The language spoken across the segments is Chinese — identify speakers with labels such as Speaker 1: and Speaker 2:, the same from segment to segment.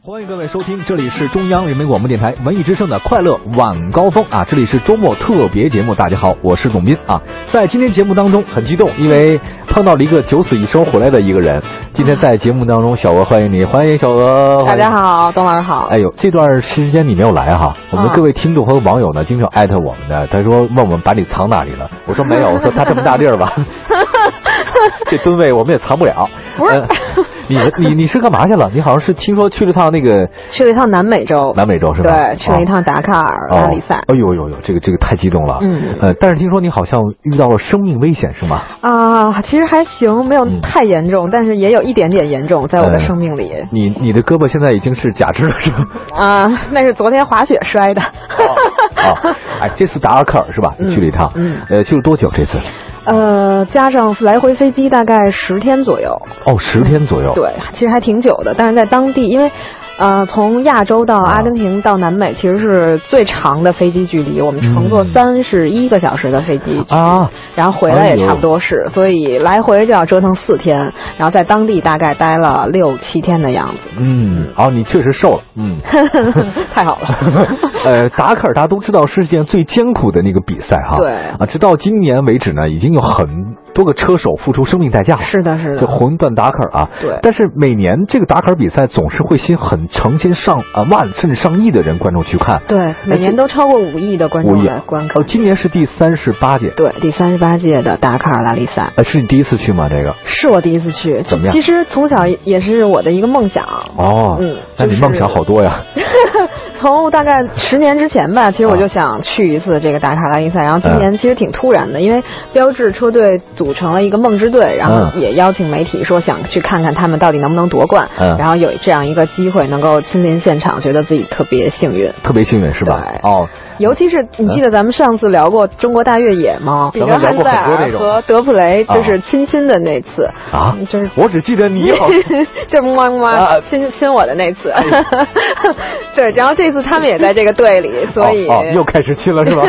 Speaker 1: 欢迎各位收听，这里是中央人民广播电台文艺之声的快乐晚高峰啊，这里是周末特别节目。大家好，我是董斌啊，在今天节目当中很激动，因为碰到了一个九死一生回来的一个人。今天在节目当中，小娥欢迎你，欢迎小娥。
Speaker 2: 大
Speaker 1: 欢迎
Speaker 2: 家。好，董老师好。
Speaker 1: 哦哎呦，这段时间你没有来哈，我们
Speaker 2: 啊
Speaker 1: 各位听众和网友呢，经常艾特我们的，他说问我们把你藏哪里了，我说没 有，我说他这么大地儿吧，这吨位我们也藏不了。
Speaker 2: 不是
Speaker 1: 呃你你你是干嘛去了？你好像是听说去了趟那个
Speaker 2: 去了一趟南美洲，
Speaker 1: 南美洲是吧？
Speaker 2: 对，去了一趟达喀尔
Speaker 1: 哦
Speaker 2: 拉力赛。
Speaker 1: 哎呦呦呦，这个这个太激动了。
Speaker 2: 嗯
Speaker 1: 呃，但是听说你好像遇到了生命危险是吗？
Speaker 2: 啊，其实还行，没有
Speaker 1: 嗯
Speaker 2: 太严重，但是也有一点点严重，在我的
Speaker 1: 嗯
Speaker 2: 生命里。
Speaker 1: 你你的胳膊现在已经是假肢了 是吗？
Speaker 2: 啊，那是昨天滑雪摔的。
Speaker 1: 啊，哎，这次达尔克尔是吧？你去了一趟，
Speaker 2: 嗯嗯
Speaker 1: 呃，去了多久这次？
Speaker 2: 呃，加上来回飞机大概十天左右，
Speaker 1: 哦，十天左右。，
Speaker 2: 对，其实还挺久的。但是在当地，因为，呃，从亚洲到
Speaker 1: 啊
Speaker 2: 阿根廷到南美，其实是最长的飞机距离。我们乘坐
Speaker 1: 嗯
Speaker 2: 三十一个小时的飞机
Speaker 1: 啊，
Speaker 2: 然后回来也差不多
Speaker 1: 哎
Speaker 2: 是，所以来回就要折腾四天，然后在当地大概待了六七天的样 子，
Speaker 1: 嗯，哦，你确实瘦了，嗯。
Speaker 2: 太好了。
Speaker 1: 呃，达喀尔大家都知道是世界上最艰苦的那个比赛哈，
Speaker 2: 对
Speaker 1: 啊，直到今年为止呢，已经有很多个车手付出生命代价了，
Speaker 2: 是的，是
Speaker 1: 就
Speaker 2: 的，
Speaker 1: 魂断达喀尔啊。
Speaker 2: 嗯对
Speaker 1: 但是每年这个达喀尔比赛总是会吸引很成千上啊万甚至上亿的人观众去看。
Speaker 2: 对，每年都超过五亿的观
Speaker 1: 哎五
Speaker 2: 众
Speaker 1: 亿
Speaker 2: 来观看
Speaker 1: 哦，。今年是第三十八届。
Speaker 2: 对，第三十八届的达喀尔拉力赛
Speaker 1: 呃，是你第一次去吗？这个？
Speaker 2: 是我第一次去
Speaker 1: 怎么，样
Speaker 2: 其实从小也是我的一个梦想。
Speaker 1: 哦，
Speaker 2: 嗯
Speaker 1: 那你
Speaker 2: 就是
Speaker 1: 梦想好多呀。
Speaker 2: 从大概十年之前吧，其
Speaker 1: 啊
Speaker 2: 实我就想去一次这个达喀拉力赛，然后今年其实挺突然的，因为标志车队组成了一个梦之队，然后
Speaker 1: 嗯
Speaker 2: 也邀请媒体说想去看看他们到底能不能夺冠，
Speaker 1: 嗯
Speaker 2: 然后有这样一个机会能够亲临现场，觉得自己特别幸运。
Speaker 1: 特别幸运是吧？
Speaker 2: 对
Speaker 1: 哦，
Speaker 2: 尤其是你记得咱们上次聊过中国大越野吗？比
Speaker 1: 咱们
Speaker 2: 格汉
Speaker 1: 聊过
Speaker 2: 塞
Speaker 1: 很多
Speaker 2: 尔
Speaker 1: 这种
Speaker 2: 和德普雷就
Speaker 1: 啊
Speaker 2: 是亲亲的那次
Speaker 1: 啊
Speaker 2: 嗯就是
Speaker 1: 我只记得你 好。哦
Speaker 2: 就么么
Speaker 1: 啊哎
Speaker 2: 么亲亲我的那次， 对，然后这次他们也在这个队里，所以
Speaker 1: 哦哦，又开始亲了 是吧？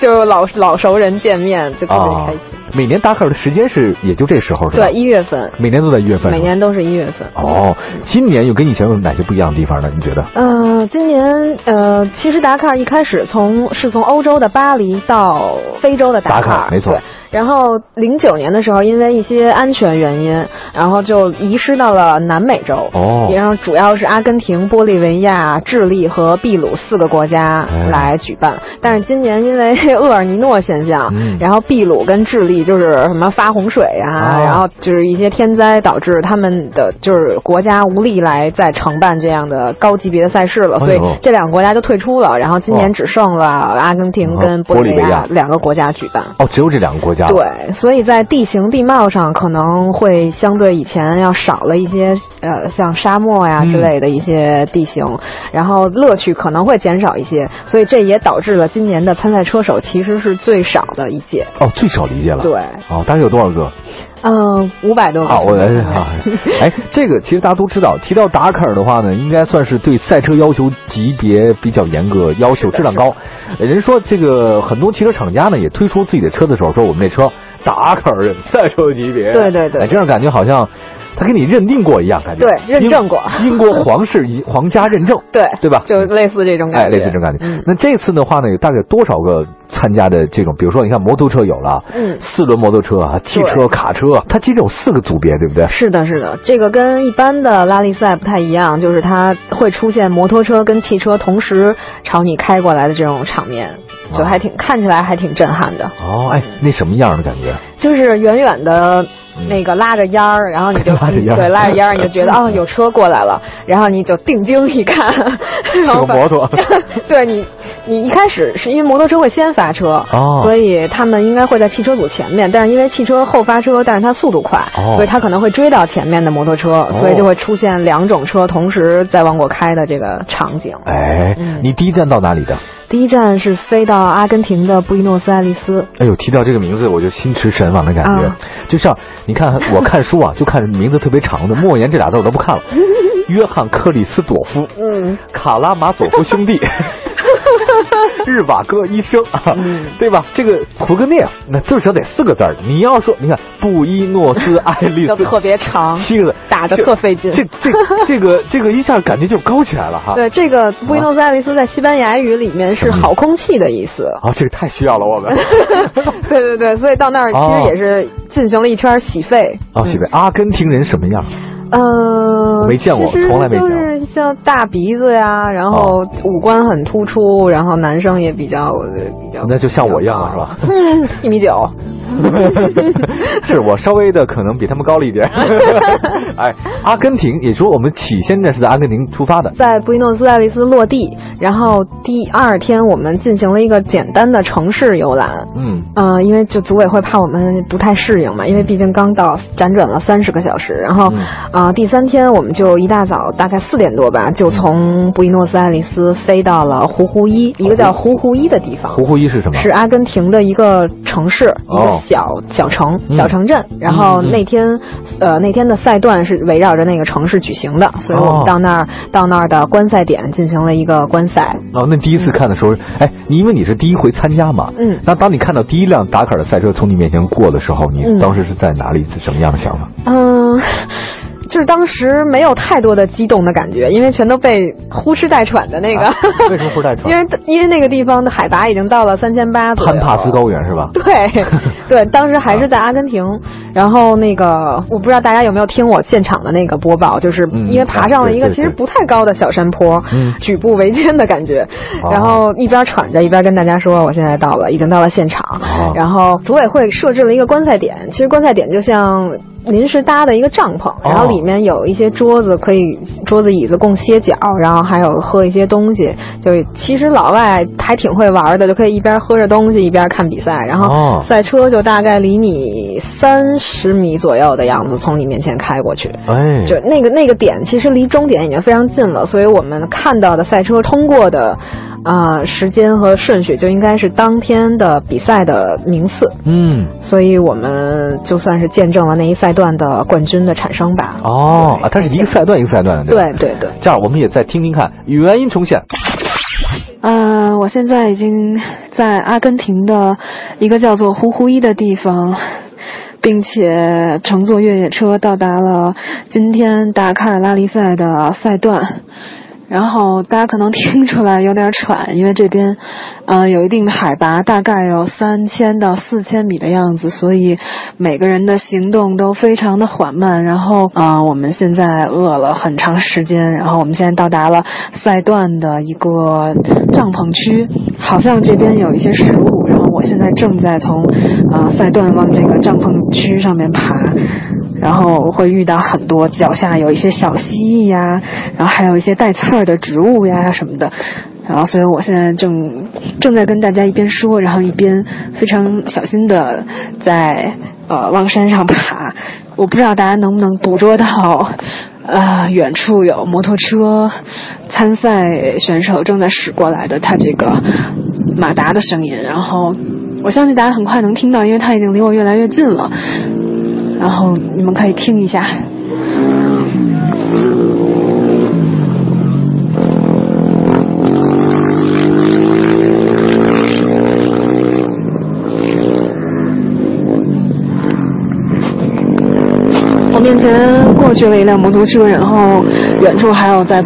Speaker 2: 就老老熟人见面就特别
Speaker 1: 啊
Speaker 2: 开心。，
Speaker 1: 每年达喀尔的时间是也就这时候是吧？
Speaker 2: 对，，一月份，
Speaker 1: 每年都在一月份。
Speaker 2: 每。年都是一月份。
Speaker 1: 哦，今年又跟以前有哪些不一样的地方呢？你觉得？
Speaker 2: 呃，今年呃，其实达喀尔一开始从是从欧洲的巴黎到非洲的
Speaker 1: 达
Speaker 2: 达
Speaker 1: 喀
Speaker 2: 喀
Speaker 1: 尔
Speaker 2: 尔，
Speaker 1: 没错
Speaker 2: 对。然后零九年的时候，因为一些安全原因，然后就遗失到了南美洲。
Speaker 1: 哦
Speaker 2: 然后主要是阿根廷、玻利维亚、智利和秘鲁四个国家
Speaker 1: 哎
Speaker 2: 来举办。但是今年因为厄尔尼诺现象，
Speaker 1: 嗯
Speaker 2: 然后秘鲁跟智利就是什么发洪水呀、啊，
Speaker 1: 哦
Speaker 2: 然后就是一些天灾导致他们的就是国家无力来再承办这样的高级别的赛事了，
Speaker 1: 哎
Speaker 2: 所
Speaker 1: 呦
Speaker 2: 以这两个国家就退出了。然后今
Speaker 1: 哦
Speaker 2: 年只剩了阿根廷跟
Speaker 1: 哦玻
Speaker 2: 玻
Speaker 1: 利
Speaker 2: 利
Speaker 1: 维亚
Speaker 2: 维亚两个国家举办。
Speaker 1: 哦，只有这两个国家。。
Speaker 2: 对，所以在地形地貌上可能会相对以前要少了一些，呃，像沙漠呀
Speaker 1: 嗯
Speaker 2: 之类的一些地形，然后乐趣可能会减少一些，所以这也导致了今年的参赛车手其实是最少的一届。
Speaker 1: 哦，最少理解了。。
Speaker 2: 对，
Speaker 1: 哦，大概有多少个？
Speaker 2: 嗯，五百多个。
Speaker 1: 啊，我来啊， 哎，这个其实大家都知道，提到达喀尔的话呢，应该算是对赛车要求级别比较严格，要求质量 高。呃人说这个很多汽车厂家呢也推出自己的车的时候，说我们这车达喀尔赛车级别。
Speaker 2: 对对对
Speaker 1: 哎这样感觉好像他给你认定过一样，感觉
Speaker 2: 对认证过
Speaker 1: 英英国皇室一皇家认 证，
Speaker 2: 对
Speaker 1: 对吧
Speaker 2: 就类似这种感
Speaker 1: 哎，
Speaker 2: 觉，
Speaker 1: 类似这种感觉。
Speaker 2: 嗯
Speaker 1: 那这次的话呢，有大概多少个参加的这种？比如说，你看摩托车有了，
Speaker 2: 嗯
Speaker 1: 四轮摩托车啊，汽车、
Speaker 2: 对
Speaker 1: 卡车，它其实有四个组别，对不对？
Speaker 2: 是的，是的，这个跟一般的拉力赛不太一样，就是它会出现摩托车跟汽车同时朝你开过来的这种场面，就还挺看起来还挺震撼的。
Speaker 1: 哦，哎，
Speaker 2: 嗯
Speaker 1: 那什么样的感觉？
Speaker 2: 就是远远的
Speaker 1: 嗯
Speaker 2: 那个拉着烟儿，然后你就
Speaker 1: 拉着烟儿
Speaker 2: 对拉着烟儿，你就觉得哦有车过来了，然后你就定睛一看，然
Speaker 1: 是
Speaker 2: 后
Speaker 1: 个
Speaker 2: 发
Speaker 1: 摩托。
Speaker 2: 对你，你一开始是因为摩托车会先发车，
Speaker 1: 哦
Speaker 2: 所以他们应该会在汽车组前面，但是因为汽车后发车，但是它速度快，
Speaker 1: 哦
Speaker 2: 所以它可能会追到前面的摩托车，所以就会出现两种车同时在往过开的这个场景。
Speaker 1: 哎，
Speaker 2: 嗯
Speaker 1: 你第一站到哪里的？
Speaker 2: 第一站是飞到阿根廷的布宜诺斯艾利斯，
Speaker 1: 哎呦，提到这个名字我就心驰神往的感觉
Speaker 2: 啊，
Speaker 1: 就像你看我看书啊，就看名字特别长的，莫言这俩字我都 不看了。约翰·克里斯朵夫，
Speaker 2: 嗯，
Speaker 1: 卡拉马佐夫兄弟，日瓦戈医生，啊
Speaker 2: 嗯
Speaker 1: 对吧？这个屠格涅夫啊那最少得四个字儿。你要说，你看布宜诺斯艾利
Speaker 2: 都
Speaker 1: 斯
Speaker 2: 特别长，
Speaker 1: 七个字，
Speaker 2: 打得
Speaker 1: 这
Speaker 2: 特费劲
Speaker 1: 这这这 个这个一下感觉就高起来了哈。
Speaker 2: 对，这个布宜诺斯艾利斯在西班牙语里面是好空气的意思。
Speaker 1: 啊，这个太需要了我们。
Speaker 2: 对对对，所以到那儿其
Speaker 1: 哦
Speaker 2: 实也是进行了一圈洗肺。
Speaker 1: 啊，西北阿根廷人什么 样？
Speaker 2: 呃，
Speaker 1: 没见过
Speaker 2: 其实
Speaker 1: 从来没见过
Speaker 2: 就是像大鼻子呀，然后五官很突出，然后男生也比较呃比较，
Speaker 1: 那就像我一样了是吧？
Speaker 2: 嗯， 一米九。
Speaker 1: 是我稍微的可能比他们高了一 点。哎，阿根廷，也说我们起先呢是在阿根廷出发的。
Speaker 2: 在布宜诺斯艾利斯落地，然后第二天我们进行了一个简单的城市游览。
Speaker 1: 嗯，
Speaker 2: 嗯、因为就组委会怕我们不太适应嘛，因为毕竟刚到，辗转了三十个小时。然后，
Speaker 1: 嗯
Speaker 2: 啊、第三天我们就一大早，大概四点多吧，
Speaker 1: 嗯
Speaker 2: 就从布宜诺斯艾利斯飞到了胡胡伊，一个叫胡胡伊的地方，
Speaker 1: 胡胡伊是什么？
Speaker 2: 是阿根廷的一个城市，一
Speaker 1: 哦
Speaker 2: 个小小城、
Speaker 1: 嗯
Speaker 2: 小城镇。然后
Speaker 1: 嗯嗯
Speaker 2: 那天，呃，那天的赛段是围绕着那个城市举行的，所以我
Speaker 1: 哦
Speaker 2: 们到那儿、到那儿的观赛点进行了一个观赛。
Speaker 1: 哦，那第一次看的时候，哎，你因为你是第一回参加嘛，
Speaker 2: 嗯
Speaker 1: 那当你看到第一辆达喀尔的赛车从你面前过的时候，你
Speaker 2: 嗯
Speaker 1: 当时是在哪里？是什么样的想 法？
Speaker 2: 嗯，就是当时没有太多的激动的感觉，因为全都被呼哧带喘的那个。
Speaker 1: 啊为什么不带船？
Speaker 2: 因为因为那个地方的海拔已经到了三千八左右
Speaker 1: 潘帕斯高原是吧？
Speaker 2: 对，对，当时还是在阿根廷，
Speaker 1: 啊
Speaker 2: 然后那个我不知道大家有没有听我现场的那个播报，就是
Speaker 1: 嗯
Speaker 2: 因为爬上了一
Speaker 1: 啊
Speaker 2: 个
Speaker 1: 对对
Speaker 2: 其实不太高的小山坡，
Speaker 1: 嗯
Speaker 2: 举步维艰的感觉，
Speaker 1: 哦
Speaker 2: 然后一边喘着一边跟大家说我现在到了，已经到了现场，
Speaker 1: 哦
Speaker 2: 然后组委会设置了一个观赛点，其实观赛点就像临时搭的一个帐篷，然后里面有一些桌子可以桌子椅子供歇脚，然后还有喝一些东西，就是其实老外还挺会玩的，就可以一边喝着东西一边看比赛，然后。然后
Speaker 1: 哦
Speaker 2: 赛车就大概离你三十米左右的样子从你面前开过去。
Speaker 1: 哎，
Speaker 2: 就那个那个点，其实离终点已经非常近了，所以我们看到的赛车通过的，啊、时间和顺序就应该是当天的比赛的名次，
Speaker 1: 嗯，
Speaker 2: 所以我们就算是见证了那一赛段的冠军的产生吧。
Speaker 1: 哦，啊，它是一个赛段一个赛段的，吧
Speaker 2: 对对对，
Speaker 1: 这样我们也再听听看原音重现。
Speaker 3: 呃，我现在已经在阿根廷的一个叫做胡胡伊的地方，并且乘坐越野车到达了今天达喀尔拉力赛的赛段。然后大家可能听出来有点喘，因为这边，呃，有一定的海拔，大概有三千到四千米的样子，所以每个人的行动都非常的缓慢。然后，啊、我们现在饿了很长时间，然后我们现在到达了赛段的一个帐篷区，好像这边有一些食物。然后我现在正在从，啊、赛段往这个帐篷区上面爬。然后会遇到很多脚下有一些小蜥蜴呀，然后还有一些带刺儿的植物呀什么的。然后，所以我现在正正在跟大家一边说，然后一边非常小心的在呃往山上爬。我不知道大家能不能捕捉到，呃，远处有摩托车参赛选手正在驶过来的他这个马达的声音。然后，我相信大家很快能听到，因为它已经离我越来越近了。然后你们可以听一下。我面前过去了一辆摩托车，然后远处还有在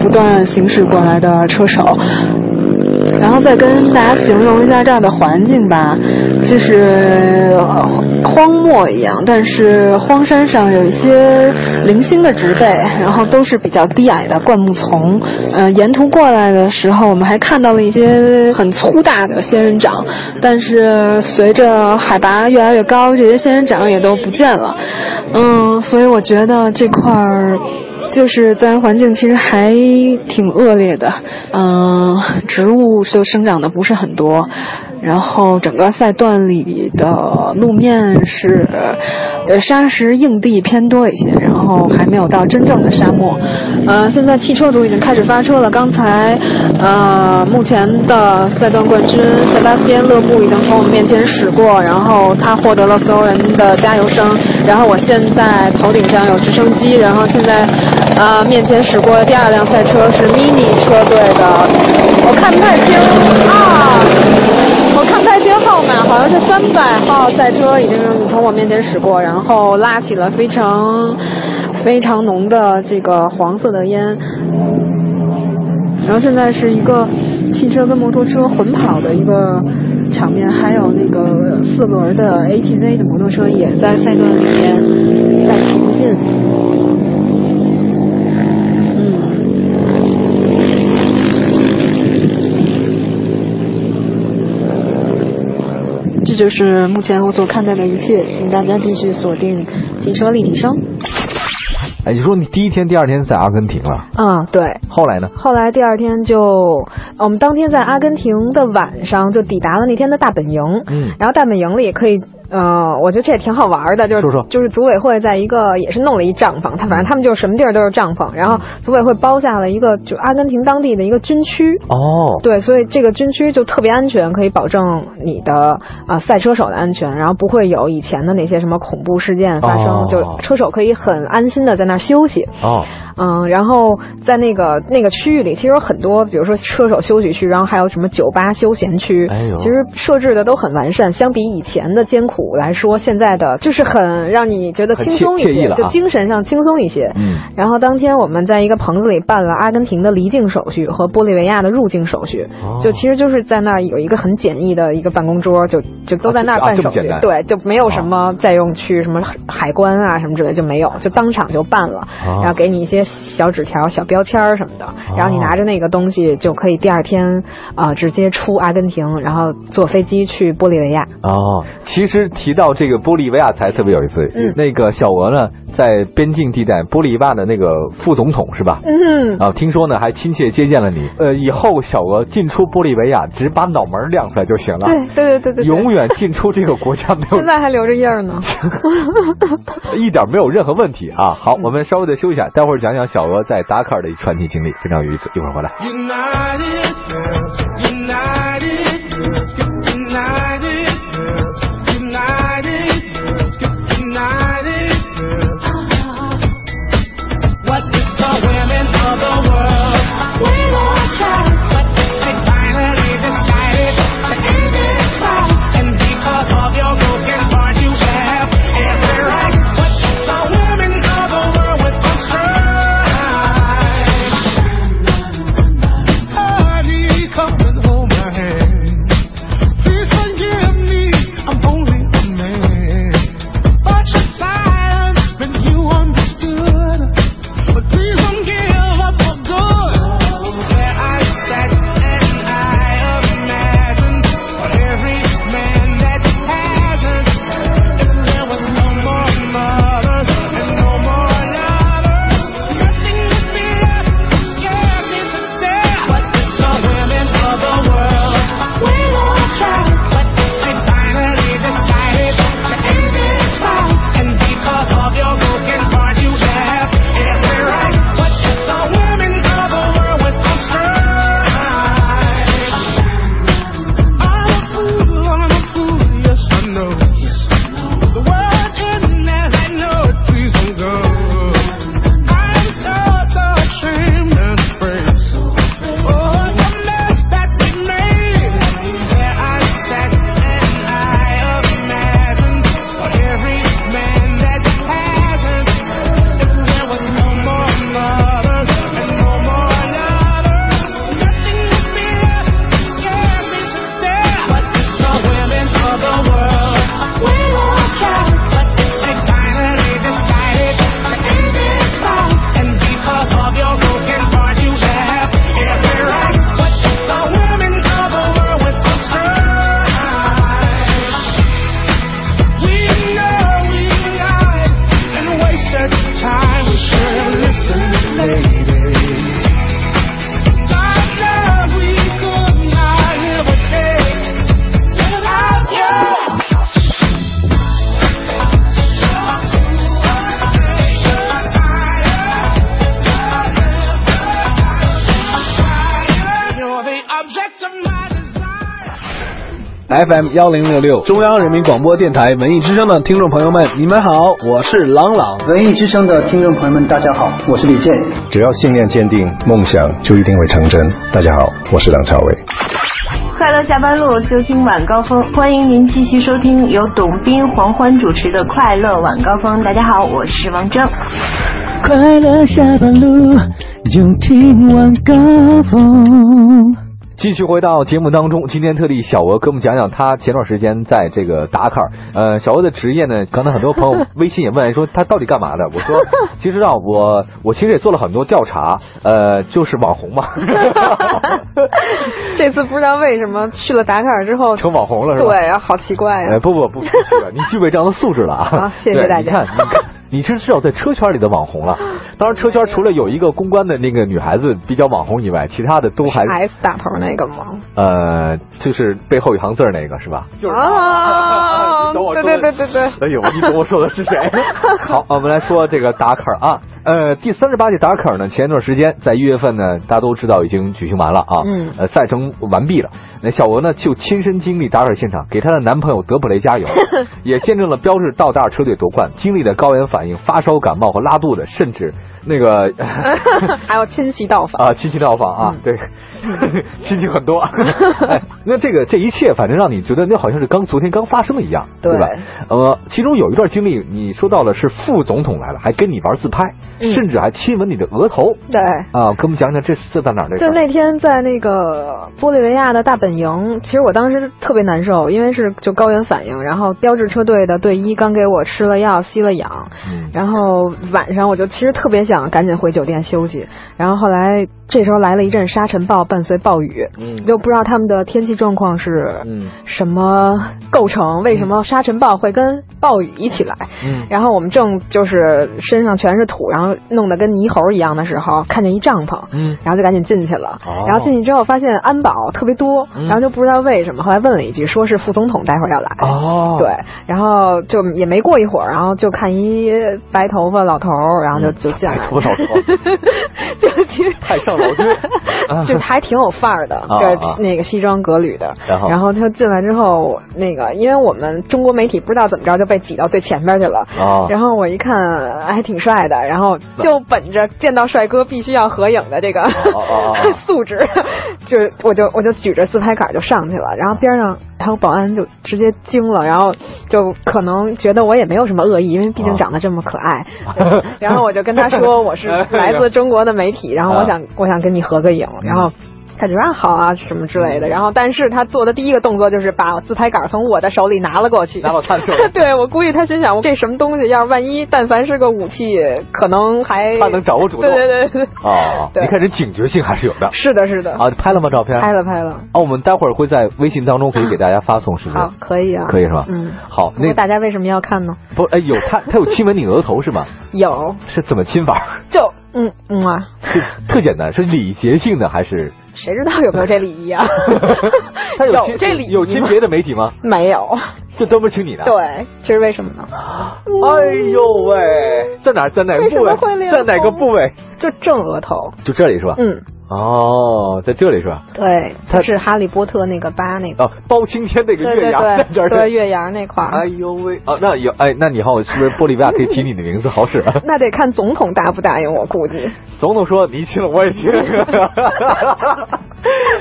Speaker 3: 不断行驶过来的车手。然后再跟大家形容一下这儿的环境吧，就是呃荒漠一样，但是荒山上有一些零星的植被，然后都是比较低矮的灌木丛。呃，沿途过来的时候，我们还看到了一些很粗大的仙人掌，但是随着海拔越来越高，这些仙人掌也都不见了。嗯，所以我觉得这块儿。就是自然环境其实还挺恶劣的，嗯、植物就生长的不是很多，然后整个赛段里的路面是呃沙石硬地偏多一些，然后还没有到真正的沙漠。呃，现在汽车组已经开始发车了。刚才呃，目前的赛段冠军塞巴斯蒂安·勒布已经从我们面前驶过，然后他获得了所有人的加油声。然后我现在头顶上有直升机，然后现在呃面前驶过的第二辆赛车是 Mini 车队的，我看不太清啊。我看不太清号码，好像是三百号赛车已经从我面前驶过，然后拉起了非常非常浓的这个黄色的烟。然后现在是一个汽车跟摩托车混跑的一个场面，还有那个四轮的 ATV 的摩托车也在赛段里面在行进。嗯这就是目前我所看到的一切，请大家继续锁定汽车立体声。
Speaker 1: 哎，你说你第一天、第二天在阿根廷了，
Speaker 2: 啊、对。
Speaker 1: 后来呢？
Speaker 2: 后来第二天就，呃我们当天在阿根廷的晚上就抵达了那天的大本营。
Speaker 1: 嗯
Speaker 2: 然后大本营里可以，呃，我觉得这也挺好玩的，就是
Speaker 1: 说嗯说
Speaker 2: 就是组委会在一个也是弄了一帐篷，他反正他们就是什么地儿都是帐篷，然后组委会包下了一个就阿根廷当地的一个军区。
Speaker 1: 哦，
Speaker 2: 对，所以这个军区就特别安全，可以保证你的啊、呃赛车手的安全，然后不会有以前的那些什么恐怖事件发生，
Speaker 1: 哦
Speaker 2: 就车手可以很安心的在那儿休息。
Speaker 1: 哦，
Speaker 2: 嗯，然后在那个那个区域里，其实有很多，比如说车手休息区，然后还有什么酒吧休闲区，
Speaker 1: 哎呦
Speaker 2: 其实设置的都很完善。相比以前的艰苦来说，现在的就是很让你觉得
Speaker 1: 很
Speaker 2: 轻
Speaker 1: 惬
Speaker 2: 松一
Speaker 1: 惬意
Speaker 2: 些，
Speaker 1: 了啊
Speaker 2: 就精神上轻松一些。
Speaker 1: 嗯
Speaker 2: 然后当天我们在一个棚子里办了阿根廷的离境手续和玻利维亚的入境手续，
Speaker 1: 哦
Speaker 2: 就其实就是在那儿有一个很简易的一个办公桌，就就都在那儿
Speaker 1: 啊
Speaker 2: 办
Speaker 1: 这么
Speaker 2: 手续，
Speaker 1: 简单哦
Speaker 2: 对，就没有什么再用去什么海关啊什么之类就没有，就当场就办了，
Speaker 1: 哦
Speaker 2: 然后给你一些小纸条、小标签儿什么
Speaker 1: 啊
Speaker 2: 的，然后你拿着那个东西就可以第二天啊、呃直接出阿根廷，然后坐飞机去玻利维亚。
Speaker 1: 哦，其实提到这个玻利维亚才特别有意思。
Speaker 2: 嗯
Speaker 1: 那个小俄呢，在边境地带，玻利维亚的那个副总统是吧？
Speaker 2: 嗯，
Speaker 1: 啊，听说呢还亲切接见了你。呃，以后小俄进出玻利维亚，只把脑门亮出来就行了，
Speaker 2: 对对对对对，
Speaker 1: 永远进出这个国家没有
Speaker 2: 现在还留着印 儿呢。
Speaker 1: 一点没有任何问题啊。好，我们稍微的休息一下，待会儿讲讲小俄在达喀尔的传奇经历，非常有意思。一会儿回来。
Speaker 4: United, united, united, united, united. What if the women of the world were more tried? What if they finally decided to end this fight? And because of your broken heart, you have every right. What if the women of the world would all strike? Honey, come and hold my hand.
Speaker 1: FM 幺零六六，中央人民广播电台文艺之声的听众朋友们，你们好，我是朗朗。
Speaker 5: 文艺之声的听众朋友们，大家好，我是李健。
Speaker 6: 只要信念坚定，梦想就一定会成真。大家好，我是梁朝伟。
Speaker 7: 快乐下班路就听晚高峰，欢迎您继续收听由董斌、黄欢主持的《快乐晚高峰》。大家好，我是王铮。
Speaker 8: 快乐下班路，就听晚高峰。
Speaker 1: 继续回到节目当中，今天特地小鹅给我们讲讲他前段时间在这个达喀尔。呃，小鹅的职业呢，刚才很多朋友微信也问说 他到底干嘛的。我说，其实啊，我我其实也做了很多调查，呃，就是网红嘛，
Speaker 2: 这次不知道为什么去了达喀尔之后，
Speaker 1: 成网红了是吧？
Speaker 2: 对，啊，好奇怪呀、
Speaker 1: 哎，不不不，不是的，你具备这样的素质了啊！
Speaker 2: 好谢谢
Speaker 1: 对
Speaker 2: 大家
Speaker 1: 你看，你看，你是至少在车圈里的网红了。当然，车圈除了有一个公关的那个女孩子比较网红以外，其他的都还
Speaker 2: S 打头那个吗？
Speaker 1: 呃，就是背后一行字儿那个是吧？就
Speaker 2: 啊
Speaker 1: 你懂我
Speaker 2: 对
Speaker 1: 说的
Speaker 2: 对对对 对
Speaker 1: 哎呦，你懂我说的是谁？ 好，我们来说这个达喀尔啊。呃，第三十八届达喀尔呢，前一段时间在一月份呢，大家都知道已经举行完了啊，
Speaker 2: 嗯
Speaker 1: 呃，赛程完毕了。那小娥呢，就亲身经历达喀尔现场，给她的男朋友德普雷 加油，也见证了标志到达尔车队夺冠，经历了高原反应、发烧、感冒和拉肚子，甚至那个
Speaker 2: 还有亲戚到访，
Speaker 1: 啊，亲戚到访啊，
Speaker 2: 嗯
Speaker 1: 对，亲戚很多。哎，那这个这一切，反正让你觉得那好像是刚昨天刚发生的一样，对
Speaker 2: 对
Speaker 1: 吧？呃，其中有一段经历，你说到了是副总统来了，还跟你玩自拍，
Speaker 2: 嗯
Speaker 1: 甚至还亲吻你的额头
Speaker 2: 对。
Speaker 1: 啊，给我们讲讲这是在哪儿这事
Speaker 2: 就
Speaker 1: 儿？
Speaker 2: 那天在那个玻利维亚的大本营，其实我当时特别难受，因为是就高原反应，然后标志车队的队医刚给我吃了药，吸了氧，
Speaker 1: 嗯
Speaker 2: 然后晚上我就其实特别想赶紧回酒店休息，然后后来这时候来了一阵沙尘暴，伴随暴雨，
Speaker 1: 嗯
Speaker 2: 就不知道他们的天气状况是
Speaker 1: 嗯
Speaker 2: 什么构成，为什么沙尘暴会跟暴雨一起来？
Speaker 1: 嗯
Speaker 2: 然后我们正就是身上全是土，然后弄得跟泥猴一样的时候，看见一帐篷，
Speaker 1: 嗯
Speaker 2: 然后就赶紧进去了。
Speaker 1: 哦
Speaker 2: 然后进去之后发现安保特别多，
Speaker 1: 嗯
Speaker 2: 然后就不知道为什么，后来问了一句，说是副总统待会儿要来。
Speaker 1: 哦，
Speaker 2: 对，然后就也没过一会儿，然后就看一白头发老头儿，然后就、
Speaker 1: 嗯
Speaker 2: 就进来
Speaker 1: 白
Speaker 2: 了。
Speaker 1: 头发老头儿
Speaker 2: 就其实
Speaker 1: 太上老君
Speaker 2: 就还挺有范儿 的，
Speaker 1: 啊
Speaker 2: 对
Speaker 1: 啊，
Speaker 2: 那个西装革履的。
Speaker 1: 然后
Speaker 2: 他进来之后，那个因为我们中国媒体不知道怎么着就被挤到最前边去了。
Speaker 1: 啊
Speaker 2: 然后我一看还挺帅的，然后就本着见到帅哥必须要合影的这个
Speaker 1: 哦哦哦
Speaker 2: 素质，就我就我就举着自拍杆就上去了，然后边上还有保安就直接惊了，然后就可能觉得我也没有什么恶意，因为毕竟长得这么 可爱，对然后我就跟他说我是来自中国的媒体，然后
Speaker 1: 啊
Speaker 2: 我想我想跟你合个影，
Speaker 1: 嗯
Speaker 2: 然后。他就说啊好啊什么之类的，然后但是他做的第一个动作就是把自拍杆从我的手里拿了过去，
Speaker 1: 拿到他的手
Speaker 2: 对我估计他心想我这什么东西，要是万一但凡是个武器，可能还
Speaker 1: 他能掌握主动
Speaker 2: 对对对对，
Speaker 1: 哦，
Speaker 2: 对
Speaker 1: 你看这警觉性还是有的
Speaker 2: 是的是的，
Speaker 1: 啊。拍了吗？照片
Speaker 2: 拍了拍了，
Speaker 1: 哦，我们待会儿会在微信当中可以给大家发送，是不是？
Speaker 2: 好可以啊，
Speaker 1: 嗯可以是吧？
Speaker 2: 嗯，
Speaker 1: 好，
Speaker 2: 不
Speaker 1: 那
Speaker 2: 过大家为什么要看呢？
Speaker 1: 不，哎，有他，他有亲吻你额头 是吗？
Speaker 2: 有
Speaker 1: 是怎么亲法？
Speaker 2: 就嗯嗯啊，
Speaker 1: 是特简单，是礼节性的还是？？
Speaker 2: 谁知道有没有这礼仪啊
Speaker 1: 他有
Speaker 2: 有
Speaker 1: 亲
Speaker 2: 这礼仪
Speaker 1: 有亲
Speaker 2: 吗
Speaker 1: 别的媒体吗？
Speaker 2: 没有？
Speaker 1: 这专门请你的？。
Speaker 2: 对，这是为什么呢？
Speaker 1: 哎呦喂，在哪儿？在哪个
Speaker 2: 嗯为
Speaker 1: 部
Speaker 2: 什么
Speaker 1: 位
Speaker 2: 会？脸
Speaker 1: 在哪个部位？
Speaker 2: 就正额头，
Speaker 1: 就这里是吧？。
Speaker 2: 嗯，
Speaker 1: 哦，在这里是吧？
Speaker 2: 对，
Speaker 1: 他
Speaker 2: 就是哈利波特那个疤那个，
Speaker 1: 哦，包青天那个
Speaker 2: 对
Speaker 1: 月
Speaker 2: 对
Speaker 1: 牙在这
Speaker 2: 对，
Speaker 1: 儿。
Speaker 2: 对。月牙那块
Speaker 1: 哎
Speaker 2: 儿。
Speaker 1: 呦喂！哦，那有哎，那你好，是不是玻利维亚可以提你的名字好使？啊
Speaker 2: 那得看总统答不答应，我估计。
Speaker 1: 总统说你亲了我也 亲。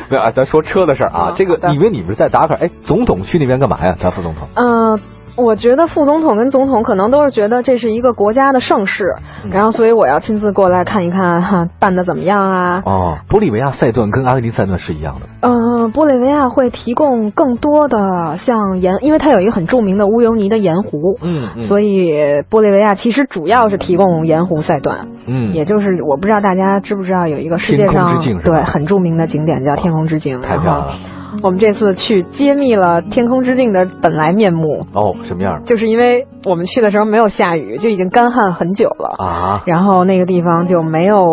Speaker 1: 没有啊，咱说车的事儿啊
Speaker 2: 啊，
Speaker 1: 这
Speaker 2: 好
Speaker 1: 个
Speaker 2: 的
Speaker 1: 因为你们是在达喀尔，哎，总统去那边干嘛呀？咱副总统。
Speaker 2: 嗯、我觉得副总统跟总统可能都是觉得这是一个国家的盛世，然后所以我要亲自过来看一看哈办的怎么样啊。
Speaker 1: 哦，玻利维亚赛段跟阿根廷赛段是一样的。
Speaker 2: 嗯、玻利维亚会提供更多的像盐，因为它有一个很著名的乌尤尼的盐湖，
Speaker 1: 嗯嗯
Speaker 2: 所以玻利维亚其实主要是提供盐湖赛段。
Speaker 1: 嗯
Speaker 2: 也就是我不知道大家知不知道有一个世界
Speaker 1: 天空
Speaker 2: 上
Speaker 1: 之镜是吧
Speaker 2: 对很著名的景点叫天空之镜，
Speaker 1: 太
Speaker 2: 然
Speaker 1: 漂亮
Speaker 2: 后
Speaker 1: 了
Speaker 2: 我们这次去揭秘了天空之镜的本来面目，
Speaker 1: 哦，什么样
Speaker 2: 就是因为我们 去的时候没有下雨，就已经干旱很久了，
Speaker 1: 啊？
Speaker 2: 然后那个地方就没有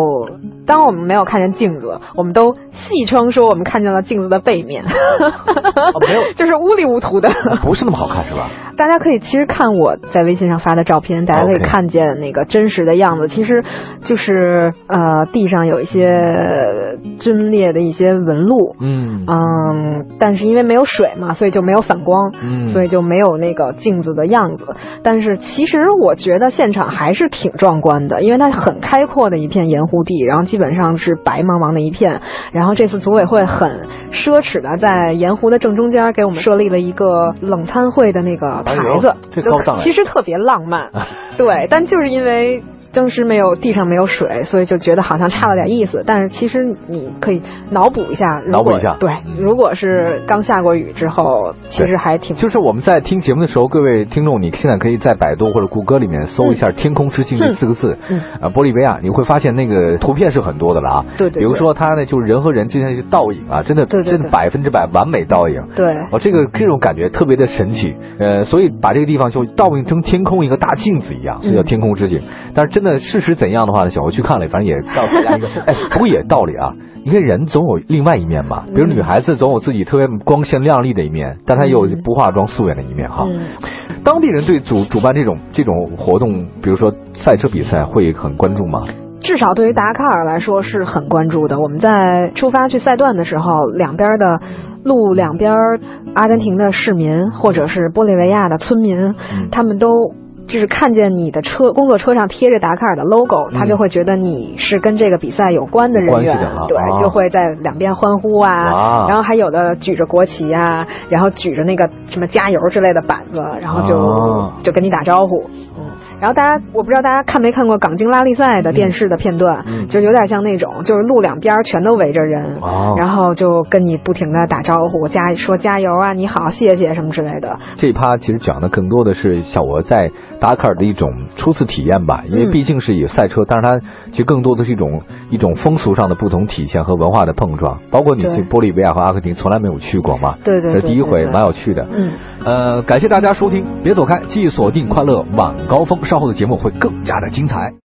Speaker 2: 当我们没有看见镜子，我们都戏称说我们看见了镜子的背面，
Speaker 1: 哦没有
Speaker 2: 就是糊里糊涂的。
Speaker 1: 不是那么好看是吧？
Speaker 2: 大家可以其实看我在微信上发的照片，大家可以
Speaker 1: OK
Speaker 2: 看见那个真实的样子。其实就是呃，地上有一些呃皲裂的一些纹路，
Speaker 1: 嗯
Speaker 2: 嗯，但是因为没有水嘛，所以就没有反光，
Speaker 1: 嗯
Speaker 2: 所以就没有那个镜子的样子。但是其实我觉得现场还是挺壮观的，因为它很开阔的一片盐湖地，然后基本上是白茫茫的一片。然后这次组委会很奢侈的在盐湖的正中间给我们设立了一个冷餐会的那个
Speaker 1: 哎
Speaker 2: 牌
Speaker 1: 呦
Speaker 2: 子，
Speaker 1: 这
Speaker 2: 就
Speaker 1: 高档哎
Speaker 2: 其实特别浪漫，对，但就是因为。当时没有地上没有水，所以就觉得好像差了点意思。但是其实你可以脑补一下，如
Speaker 1: 脑补
Speaker 2: 果
Speaker 1: 一下
Speaker 2: 对，
Speaker 1: 嗯
Speaker 2: 如果是刚下过雨之后，其实还挺
Speaker 1: 就是我们在听节目的时候，各位听众，你现在可以在百度或者谷歌里面搜一下“天空之镜”这四个字，
Speaker 2: 嗯
Speaker 1: 啊，玻利维亚，你会发现那个图片是很多的了啊。
Speaker 2: 对对对
Speaker 1: 比如说它呢，就是人和人之间的倒影啊，真的，
Speaker 2: 对对对
Speaker 1: 真的百分之百完美倒影。
Speaker 2: 对
Speaker 1: 哦，这个这种感觉特别的神奇，呃，所以把这个地方就倒映成天空一个大镜子一样，所以叫天空之镜。但是真的事实怎样的话呢？小欧去看了，反正也告诉大家一个， 哎，不过也道理啊，因为人总有另外一面嘛，比如女孩子总有自己特别光鲜亮丽的一面，但她也有不化妆素颜的一面哈。
Speaker 2: 嗯
Speaker 1: 当地人对主主办这种这种活动，比如说赛车比赛，会很关注吗？
Speaker 2: 至少对于达喀尔来说是很关注的。我们在出发去赛段的时候，两边的路两边，阿根廷的市民或者是玻利维亚的村民，
Speaker 1: 嗯
Speaker 2: 他们都。就是看见你的车工作车上贴着达喀尔的 logo，、他就会觉得你是跟这个比赛有关的人
Speaker 1: 有嗯关
Speaker 2: 员，
Speaker 1: 系的啊
Speaker 2: 对，
Speaker 1: 啊
Speaker 2: 就会在两边欢呼啊
Speaker 1: 哇，
Speaker 2: 然后还有的举着国旗啊，然后举着那个什么加油之类的板子，然后就、
Speaker 1: 哦
Speaker 2: 就跟你打招呼，嗯，然后大家，我不知道大家看没看过港京拉力赛的电视的片段，
Speaker 1: 嗯
Speaker 2: 就有点像那种，就是路两边全都围着人，
Speaker 1: 哦
Speaker 2: 然后就跟你不停的打招呼，加说加油啊，你好，谢谢什么之类的。
Speaker 1: 这一趴其实讲的更多的是小俄在达喀尔的一种初次体验吧，因为
Speaker 2: 嗯
Speaker 1: 毕竟是以赛车，但是它其实更多的是一种一种风俗上的不同体现和文化的碰撞。包括你
Speaker 2: 对
Speaker 1: 去玻利维亚和阿根廷从来没有去过嘛，
Speaker 2: 对对
Speaker 1: 这
Speaker 2: 对
Speaker 1: 是第一回，
Speaker 2: 对对
Speaker 1: 蛮有趣的。
Speaker 2: 嗯，
Speaker 1: 呃，感谢大家收听，别走开，继续锁定快乐晚高峰，稍后的节目会更加的精彩。